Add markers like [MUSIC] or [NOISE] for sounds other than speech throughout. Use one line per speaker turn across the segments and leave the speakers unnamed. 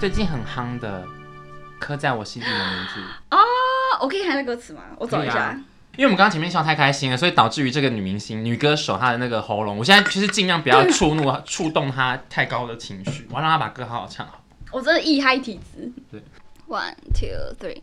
最近很夯的《刻在我心底的名字》，
啊，我可以看那歌词吗？我找一
可以
下
啊。因为我们刚刚前面笑太开心了，所以导致于这个女明星、女歌手她的那个喉咙，我现在就是尽量不要触怒、触动她太高的情绪，我要让她把歌好好唱好。
我真的易嗨体质。
对
One two three。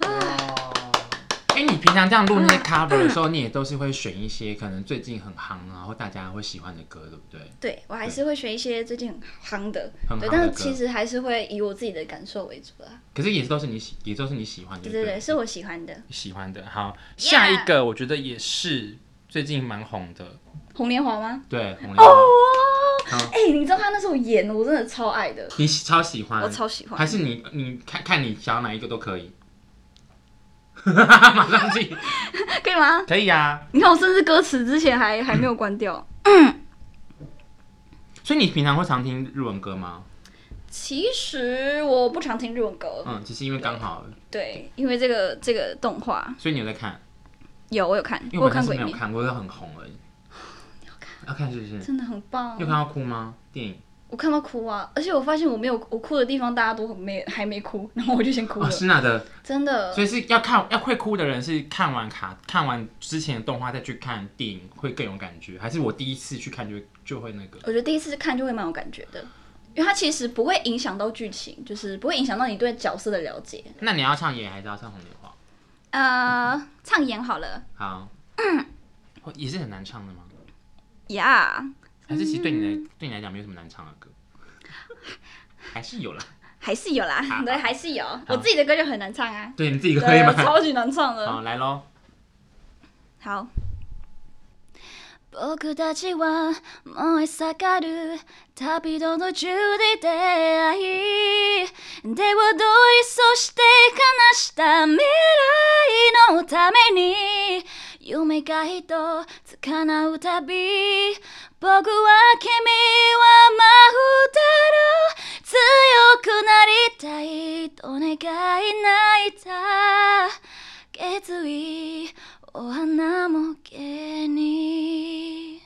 哦
哎、你平常这样录那些 cover 的时候，你也都是会选一些可能最近很夯啊，或大家会喜欢的歌，对不对？
对我还是会选一些最近很夯的，
很
对
夯，
但
的
是
歌
其实还是会以我自己的感受为主啦。
可是也都是你喜，也都是你喜欢的，
对
对
对嗯
不
对，是我喜欢的
喜欢的。好，下一个我觉得也是最近蛮红的，
《红莲华》吗？
对，红莲
哦
花，
哇，哎、你知道他那时候演的，我真的超爱的，
你喜超喜欢，
我超喜欢
还。是你你看看你想要哪一个都可以， [LAUGHS] 马上记，
可以吗？
可以啊。
你看我甚至歌词之前还 [LAUGHS] 还没有关掉。
所以你平常会常听日文歌吗？
其实我不常听日文歌，
嗯，其实因为刚好，
对，因为这个这个动画
所以你有在看，
有我有看，
因为
我有
本身
看
是
鬼
没有
灭，
看，我是很红而已。要看是不是？
真的很棒
你有。看到哭吗？电影
我看到哭啊！而且我发现我没有我哭的地方，大家都很没还没哭， [LAUGHS] 然后我就先哭了，呃
哦，是那的，
真的
所。以是要看要会哭的人是看完卡看完之前的动画再去看电影会更有感觉，还是我第一次去看就会就会那个？
我觉得第一次看就会蛮有感觉的，因为它其实不会影响到剧情，就是不会影响到你对角色的了解。
那你要唱野还是要唱红莲花？
呃，唱演好了
好，
嗯
哦也是很难唱的吗？
呀
还是其实对你来对你来讲没有什么难唱的歌，还是有啦。
还是有啦，
好
对，还是有。我自己的歌就很难唱啊，
对你自己啊 [LAUGHS] 可以
对，
吗？啊
超级难唱的。
好，来喽。
好。僕たちは燃え盛る旅人のジュディで会い手を取りそして悲した未来のために夢が一つ叶う旅僕は君は真帆だろう強くなりたいと願い泣いた決意お花もけに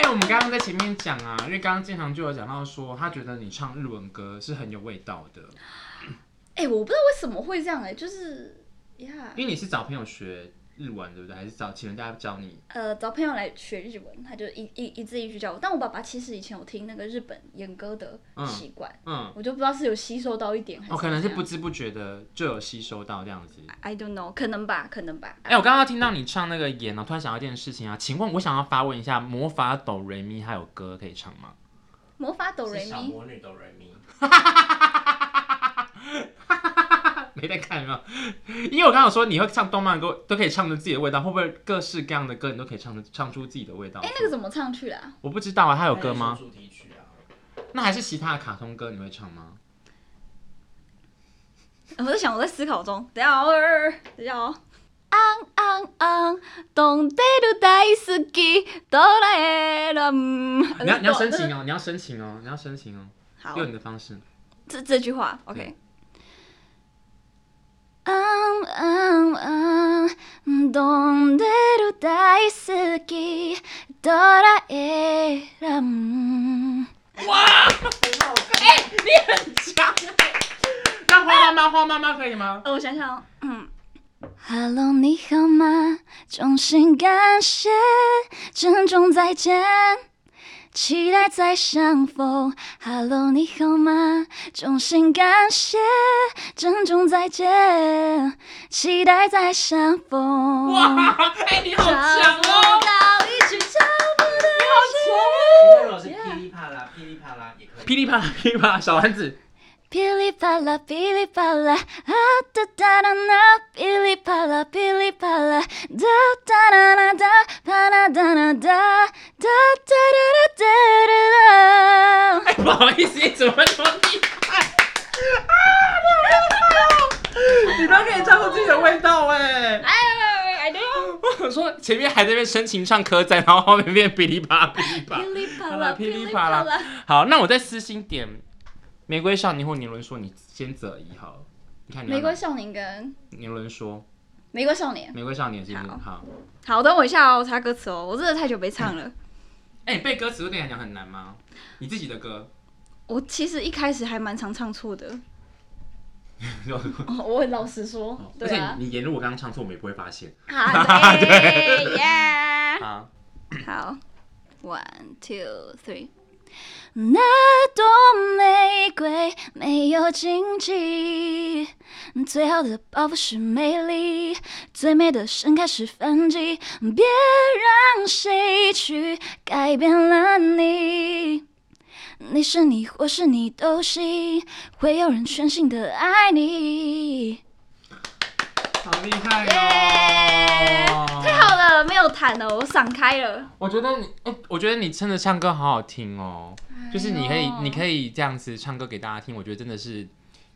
哎、我们刚刚在前面讲啊，因为刚刚建行就有讲到说，他觉得你唱日文歌是很有味道的，
哎、我不知道为什么会这样哎、就是呀
因为你是找朋友学日文，对不对？还是找请人家教你？
呃，找朋友来学日文，他就一一一字一句教我。但我爸爸其实以前有听那个日本演歌的习惯，
嗯，
我就不知道是有吸收到一点还是
我、可能是
怎样
不知不觉的就有吸收到这样子。
I don't know，可能吧，可能吧。
哎、我刚刚听到你唱那个演呢，突然想到一件事情啊，请问我想要发问一下，魔法哆瑞咪还有歌可以唱吗？
魔法哆瑞咪，
魔女哆瑞咪。 [LAUGHS] 没在看吗？因为我刚刚有说你会唱动漫歌，都可以唱出自己的味道，会不会各式各样的歌你都可以唱出唱出自己的味道？
哎、那个怎么唱去啦？
我不知道啊，它有歌
还
吗？
有主题曲啊，
那还是其他的卡通歌你会唱吗？
我在想，我在思考中。等一下哦，呃等一下哦。あんあんあん飛んでる大好きドラえもん。
你要你要深情哦，你要深情哦，你要深情哦，
呃好，
用你的方式。
这这句话，OK
对。
あんあんあん飛んでる大好きドラえらん。
那花妈妈，花妈妈可以吗？
哦，我想想哦，嗯。Hello，你好吗？衷心感谢，珍重再见，期待再相逢。Hello，你好吗？衷心感谢，珍重再见，期待再相逢。
哇，哎、你好强
找不
哦！
到一句找不到
如果是噼里啪啦，噼里啪啦也可以。
噼里啪啦，噼里啪啦，小丸子。
一句，噼里啪啦，噼里啪啦，啊哒哒哒哒，噼里啪啦，噼里啪啦，哒哒哒哒哒，啪啦哒哒哒，哒哒哒哒哒哒哒。
哎看到哎、
哎，I know，
我想说前面还在那边深情唱歌仔，然后后面变噼里啪啦噼里啪啦
噼。
好
里啪啦，
啦
噼
噼
里
里
啪
啪
啦
啦，好，那我再私心点玫瑰少年或年轮说，你先择一好了。你看你要
玫瑰
哪
少年跟
年轮说，
玫瑰少年。
玫瑰少年是不是
好
好？
好，等我一下哦，我查歌词哦，我真的太久没唱了。
哎、你背歌词对你来讲很难吗？你自己的歌，
我其实一开始还蛮常唱错的，哦我很老实说，
而
对
且
啊，
你沿路我刚刚唱错，我们也不会发现
好对耶。
啊。
好，one two three。那朵玫瑰没有荆棘，最好的报复是美丽，最美的盛开是反击。别让谁去改变了你，你是你或是你都行，会有人全心的爱你。
好厉害哦
耶、太好了，没有弹了，我闪开了。
我觉得你，哎、我觉得你真的唱歌好好听哦，
哎
就是你可以，你可以这样子唱歌给大家听，我觉得真的是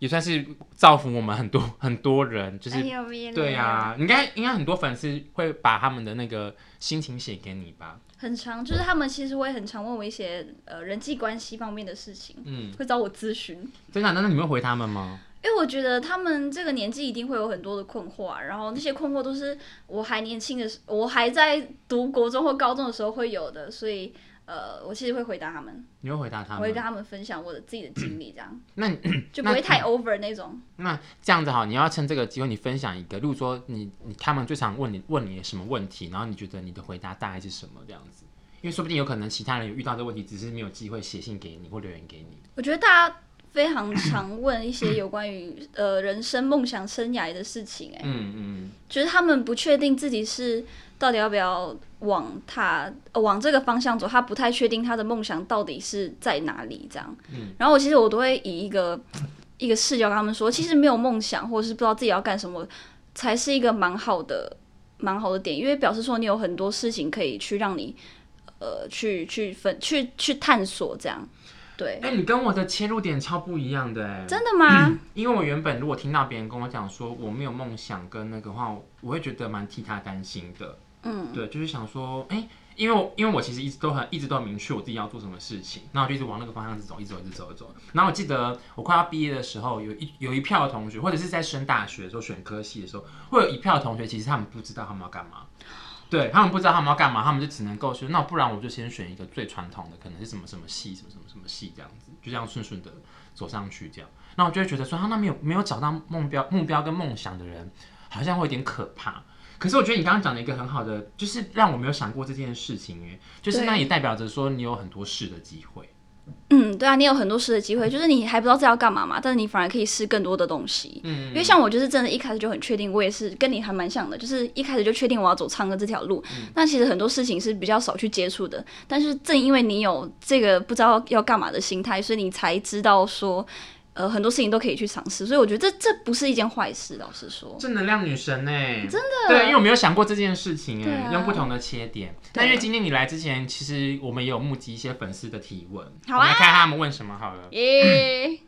也算是造福我们很多很多人，就是、
哎呦咪
对呀、
呀。
啊，应该应该很多粉丝会把他们的那个心情写给你吧，
很常，就是他们其实会很常问我一些呃人际关系方面的事情，
嗯，
会找我咨询，
真的啊，那那你会回他们吗？
因为我觉得他们这个年纪一定会有很多的困惑、啊，然后那些困惑都是我还年轻的时，我还在读国中或高中的时候会有的，所以呃，我其实会回答他们，
你会回答他们？
我
嗯
会跟他们分享我的自己的经历，这样
那你
就不会太 over
[COUGHS]
那种。
那这样子好，你要趁这个机会，你分享一个，例如说你你他们最常问你问你什么问题，然后你觉得你的回答大概是什么这样子，因为说不定有可能其他人有遇到这个问题，只是没有机会写信给你或留言给你。
我觉得大家非常常问一些有关于呃人生、梦想、生涯的事情、哎。
嗯嗯，
就是他们不确定自己是到底要不要往他、呃往这个方向走，他不太确定他的梦想到底是在哪里这样。
嗯
然后我其实我都会以一个一个视角跟他们说，其实没有梦想或者是不知道自己要干什么，才是一个蛮好的蛮好的点，因为表示说你有很多事情可以去让你呃去去分去去探索这样。对，
哎、你跟我的切入点超不一样的哎、
真的吗？
因为我原本如果听到别人跟我讲说我没有梦想跟那个话，我会觉得蛮替他担心的。
嗯，
对，就是想说，哎、因为我因为我其实一直都很一直都很明确我自己要做什么事情，那我就一直往那个方向走，一直走，一直走，一直走。然后我记得我快要毕业的时候，有一有一票的同学，或者是在升大学的时候选科系的时候，会有一票的同学，其实他们不知道他们要干嘛。对他们不知道他们要干嘛，他们就只能够说，那不然我就先选一个最传统的，可能是什么什么系，什么什么什么系这样子，就这样顺顺的走上去这样。那我就会觉得说，他啊那没有没有找到目标目标跟梦想的人，好像会有点可怕。可是我觉得你刚刚讲了一个很好的，就是让我没有想过这件事情，哎，就是那
对
也代表着说你有很多试的机会。
嗯，对啊，你有很多试的机
嗯
会，就是你还不知道自己要干嘛嘛，但是你反而可以试更多的东西。
嗯
因为像我就是真的，一开始就很确定，我也是跟你还蛮像的，就是一开始就确定我要走唱歌这条路。
嗯
那其实很多事情是比较少去接触的，但是正因为你有这个不知道要干嘛的心态，所以你才知道说，呃，很多事情都可以去尝试。所以我觉得这这不是一件坏事，老实说。
正能量女神呢、真的
的
对，因为我没有想过这件事情
对
哎、
啊
用不同的切点。
对
那因为今天你来之前，其实我们也有募集一些粉丝的提问，
好啊
我们来看他们问什么好了。
耶、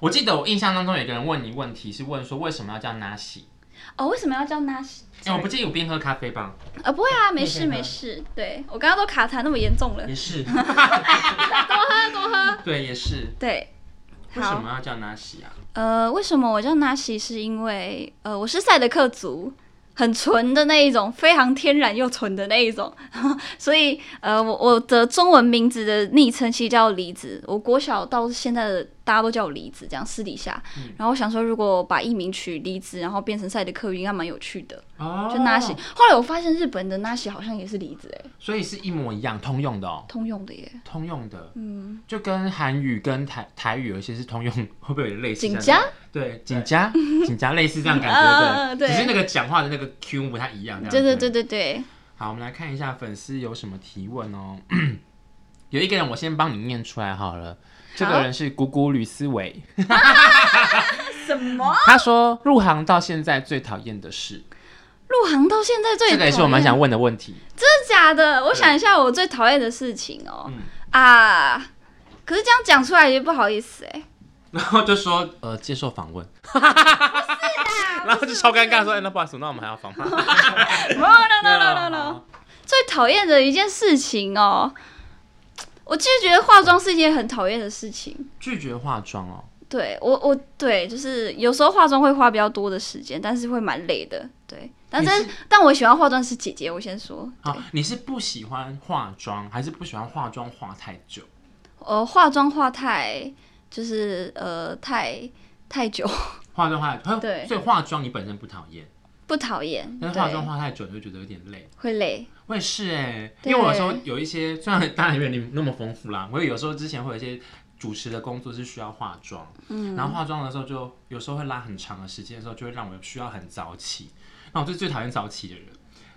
我记得我印象当中有一个人问你问题，是问说为什么要叫 Nasi？
[COUGHS] 哦，为什么要叫 Nash？
哎、我不介意我边喝咖啡吧，
呃，不会啊，没事
那个
没事。对我刚刚都卡痰那么严重了，
也
[LAUGHS]
是，
多呃喝。
对，也是。
对，
为什
好。
么要叫 Nasi 啊？
呃，为什么我叫 Nashi？是因为呃，我是赛德克族，很纯的那一种，非常天然又纯的那一种， [LAUGHS] 所以呃，我我的中文名字的昵称其实叫梨子，我国小到现在的大家都叫我梨子，这样私底下。
嗯
然后我想说，如果把艺名取梨子，然后变成赛德克语，应该蛮有趣的，
哦
就 Nashi。后来我发现日本的 Nashi 好像也是梨子，哎，
所以是一模一样，通用的哦，
通用的耶。
通用的，
嗯，
就跟韩语跟台台语有一些是通用，会不会有类似这
锦
样子？
家
对，紧夹紧夹类似这样感
[LAUGHS] 啊
觉，对，
对
只是那个讲话的那个 Q 不太一样。这样
对对对。对对，
好，我们来看一下粉丝有什么提问哦。 [CLEARS THROAT] 有一个人，我先帮你念出来好了。这个人是古古吕思维，
什么？
他说入行到现在最讨厌的事，
入行到现在最
这个也是我蛮
讨厌
想问的问题。
真的假的？我想一下，我最讨厌的事情哦、
嗯 [LAUGHS]
啊，可是这样讲出来也不好意思哎、
然后 [LAUGHS] 就说呃接受访
[LAUGHS]
问， [LAUGHS] 然后就超尴尬说哎那不好意思，那我们还要访
[LAUGHS]
问。
No no no no no
对啊
no！最讨厌的一件事情哦，我其实觉得化妆是一件很讨厌的事情。
拒绝化妆哦，
对我我对，就是有时候化妆会花比较多的时间，但是会蛮累的。对，但
你
是但我喜欢化妆是姐姐，我先说。对
啊，你是不喜欢化妆，还是不喜欢化妆化太久？
呃，化妆化太就是呃太太久 [LAUGHS]
化妆化太久，
对
所以化妆你本身不讨厌，
不讨厌，
但是化妆
对
化太久你就觉得有点累。
会累。
我也是哎、
对
因为我有时候有一些，虽然当然没有你那么丰富啦，我有时候之前会有一些主持的工作是需要化妆，嗯，然后化妆的时候就有时候会拉很长的时间的时候，就会让我需要很早起，那我就最讨厌早起的人。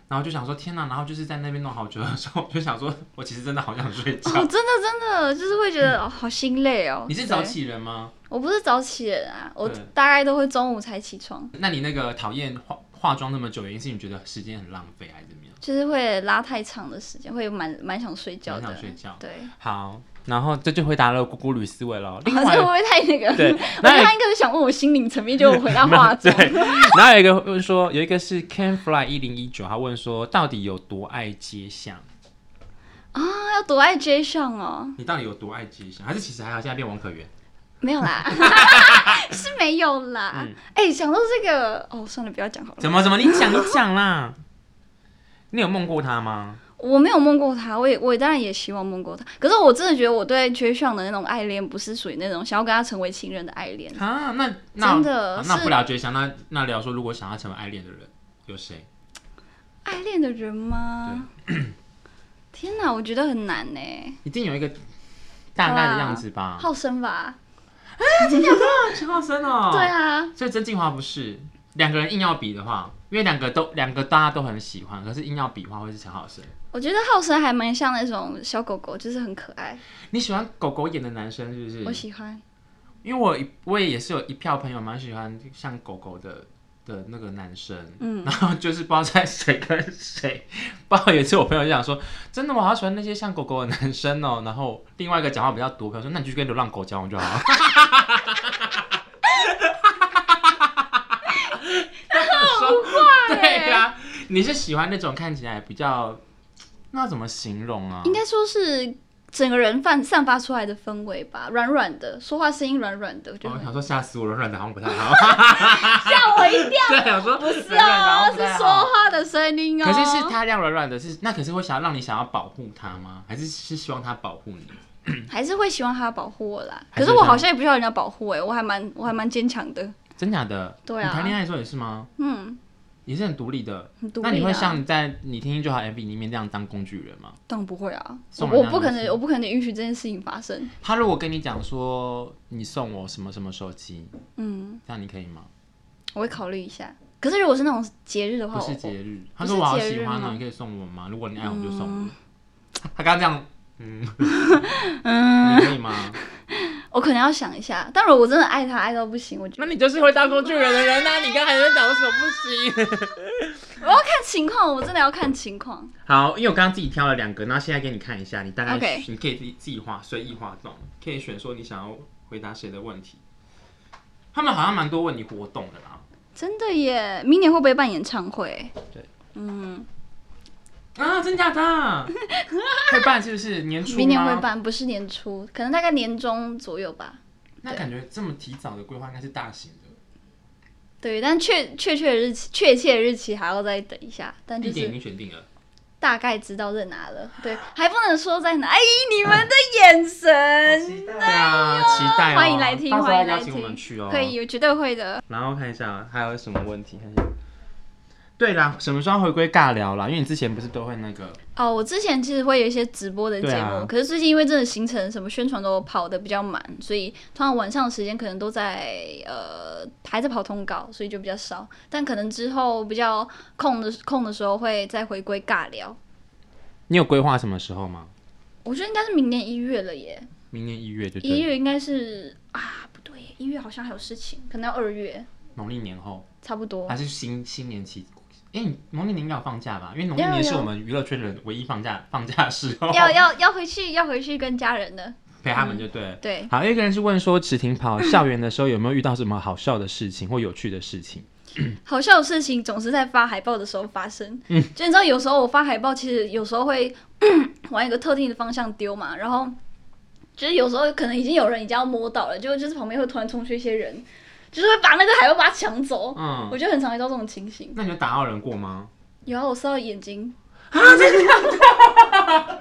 然后就想说天哪，然后就是在那边弄好久的时候，我就想说，我其实真的好想睡觉。
哦，真的真的就是会觉得、哦好心累哦。
你是
对
早？起人吗？
我不是早起人啊，我
对
大概都会中午才起床。
那你那个讨厌化化妆那么久，原因是你觉得时间很浪费，还是怎么样？
就是会拉太长的时间，会蛮蛮想睡觉的。
蛮想睡觉
对，
好，然后这就回答了咕咕吕思维
[LAUGHS]
了。另
好像会不
外
会太那个？
对
我
那
觉得他应该是想问我心灵层面，就回答化
[LAUGHS]
妆。
对，然后有一个问说，有一个是 Can Fly 一零一九，他问说到底有多爱街巷？
啊，要多爱 J 上哦，
你到底有多爱街巷？还是其实还好，现在变王可媛。
没有啦， [LAUGHS] 是没有啦
嗯。
哎、想到这个，哦，算了，不要讲好了。
怎么怎么？你讲你讲啦。 [LAUGHS] 你有梦过他吗？
我没有梦过他，我也我也当然也希望梦过他。可是我真的觉得我对 J 上的那种爱恋，不是属于那种想要跟他成为情人的爱恋。
啊，那那
真的
啊那
是
不聊街巷，那那聊说如果想要成为爱恋的人有谁？
爱恋的人吗？ [CLEARS THROAT] 天哪，我觉得很难呢、
一定有一个大概的样子吧。
啊好生吧？
陈浩森哦
对啊，
所以曾静华不是两个人硬要比的话，因为两个都两个大家都很喜欢，可是硬要比的话会是陈浩生。
我觉得浩生还蛮像那种小狗狗，就是很可爱，
你喜欢狗狗演的男生是不是？
我喜欢。
啊因为我一我也是有一票朋友蛮喜欢像狗狗的的那个男生，
嗯
然后就是不知道在谁跟谁， [LAUGHS] 不知道有一次我朋友就讲说，真的我好喜欢那些像狗狗的男生哦， [LAUGHS] 然后另外一个讲话比较毒，朋友说那你就去跟流浪狗交往就好了。
坏耶
对呀、你是喜欢那种看起来比较，那怎么形容啊？
应该说是整个人散散发出来的氛围吧，软软的，说话声音软软的，我觉
哦
得
我
很
想说吓死我了，软的好像不太好。
吓我一跳。
[LAUGHS] 对，想说不
是哦，是说。话的声音哦。
啊可是是他这样软软的是，那可是会想要让你想要保护他吗？还是是希望他保护你？
还是会希望他保护我啦。
还
可
是
是我好像也不需要人家保护哎、我还蛮我还蛮坚强的，
真假的？
对啊
你谈恋爱的时候也是吗？
嗯，
也是很独立的。
很独立、
那
啊。
你会像你在你听听就好 MV 里面这样当工具人吗？
当然不会啊，我
送人家
我不可
东
能
西
我不可能允许这件事情发生。
他如果跟你讲说你送我什么什么手机，
嗯，
这样你可以吗？
我会考虑一下。可是如果是那种节日的话，
不是
我
节日，
哦不
他
是
说我好
节
喜
日
欢哦，
吗嗯
你可以送我吗？如果你爱我，你就送我。 [LAUGHS] 他刚刚这样，
[LAUGHS]
嗯，你可以吗？
嗯我可能要想一下，但如果我真的爱他爱到不行，我就
那你就是会当工具人的人呐、你刚才在讲为什么不行？
我要看情况，我真的要看情况。
好，因为我刚刚自己挑了两个，那现在给你看一下，你大概
OK
你可以自己自己画，随意画动，可以选说你想要回答谁的问题。他们好像蛮多问你活动的啦。
真的耶，明年会不会办演唱会？
对，
嗯，
啊，真假
[LAUGHS]
的？会办是不是？年初吗
明年会。办，不是年初，可能大概年中左右吧。
那感觉这么提早的规划应该是大型的，
对，但确确确日期确切日期还要再等一下，但就
地点已
是
经选定了。
大概知道在哪了。对，还不能说在哪。哎，你们的眼神，
期
对
待。
啊，期待、哦、
欢迎来听
到时候
欢
要
迎来
邀
听
请我们去哦。
可以，我绝对会的。
然后看一下还有什么问题，看一下。对啦，什么时候回归尬聊啦？因为你之前不是都会那个，
哦，我之前其实会有一些直播的节
对
目，
啊
可是最近因为真的行程什么宣传都跑的比较满，所以通常晚上的时间可能都在呃还在跑通告，所以就比较少。但可能之后比较空的空的时候会再回归尬聊。
你有规划什么时候吗？
我觉得应该是明年一月了耶，
明年一月就对
一
了，
月应该是啊不对耶，一月好像还有事情，可能要二月
农历年后
差不多
还。是新新年期？哎、你农历年应该有放假吧？因为农历年
要
是我们娱乐圈人唯一放假放假的时候。
要要要回去要回去跟家人的，
陪他们就对了。
对，
好，有一个人是问说，池婷跑校园的时候有没有遇到什么好笑的事情或有趣的事情？
好笑的事情总是在发海报的时候发生。嗯，就你知道，有时候我发海报，其实有时候会 [COUGHS] 往一个特定的方向丢嘛，然后就是有时候可能已经有人已经要摸到了，就就是旁边会突然冲出一些人，就是会把那个海报把它抢走。
嗯，
我就很常遇到这种情形。
那你有打到人过吗？
[LAUGHS] 有啊，我烧到眼睛。啊，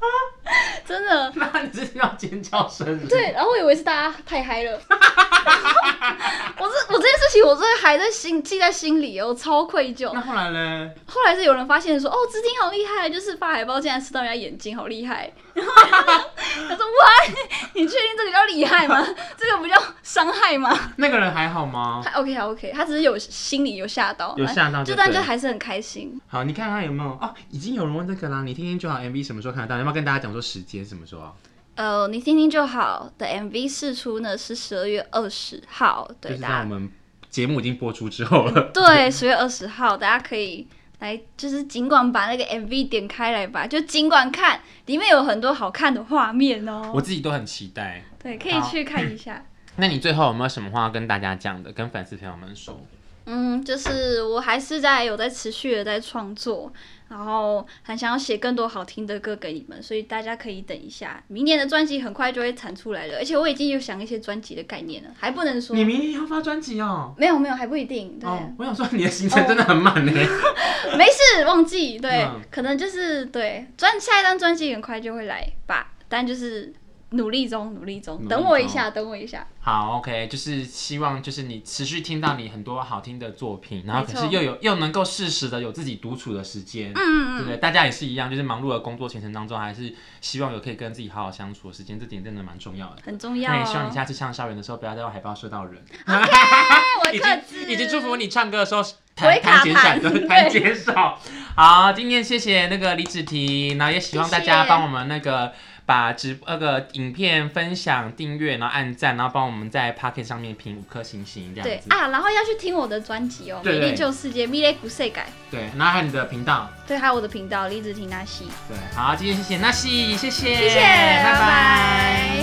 [LAUGHS] 真的？真的。
那你是听到尖叫声？
对，然后我以为是大家太嗨了， [LAUGHS] 我这我这件事情我真的还在心记在心里哦，我超愧疚
那。后来嘞？
后来是有人发现说，哦，芝汀好厉害，就是发海报竟然吃到人家眼睛，好
[LAUGHS]
厉害。他说喂，你确定这个叫厉
[LAUGHS]
害吗？这个不叫伤害吗？
那个人还好吗？
还 OK 还 OK，他只是有心里有吓到，
哦有吓到就
就但
对
就还是很开心。
好，你看看有没有哦？已经有人问这个啦，你听听就好。MV 什么时候看得到？你要不要跟大家讲说时间什么时候啊？
呃，你听听就好的 MV 试出呢是十二月二十号，
就
对
是
大
在我
家
们节目已经播出之后了。
对十月二十号，大家可以来，就是尽管把那个 MV 点开来吧，就尽管看，里面有很多好看的画面
我
哦。
自己都很期待。
对，可以
好
去看一下。
那你最后有没有什么话要跟大家讲的，跟粉丝朋友们说？
嗯，就是我还是在有在持续的在创作，然后很想要写更多好听的歌给你们，所以大家可以等一下，明年的专辑很快就会产出来了，而且我已经有想一些专辑的概念了，还不能说
你明年要发专辑哦。
没有没有还不一定，对，
哦，我想说你的行程真的很满呢。
[LAUGHS] 没事忘记，对，
嗯
可能就是对专下一张专辑很快就会来吧，但就是努力中努力中，
努力
等我一
中
下，等我一下，
好，OK，就是希望就是你持续听到你很多好听的作品，然后
没
可
错
是又有又能够适时的有自己独处的时间，
嗯
对不
嗯嗯，
对？大家也是一样，就是忙碌的工作行程当中，还是希望有可以跟自己好好相处的时间，这点真的蛮重要的。
很重要、
那也希望
哦
你。下次上校园的时候，不要再用海报射到人。
我
[LAUGHS] 已
克
经
制
已经祝福你唱歌的时候
回
弹
卡
弹减少，[LAUGHS]
盘
对
对
弹减少。好，今天谢谢那个李芷婷，然后也希望大
谢
家
谢
帮我们那个把直那个影片分享、订阅，然后按赞，然后帮我们在 p o c k e t 上面评五颗星星这样
对
子。
啊，然后要去听我的专辑哦，《
对
美
对
丽旧世界》《米雷古世改》，
对，然后还有你的频道。
对，还有我的频道《李子婷纳西》，
对，好，今天谢谢纳西，谢谢，
谢谢，
拜
拜拜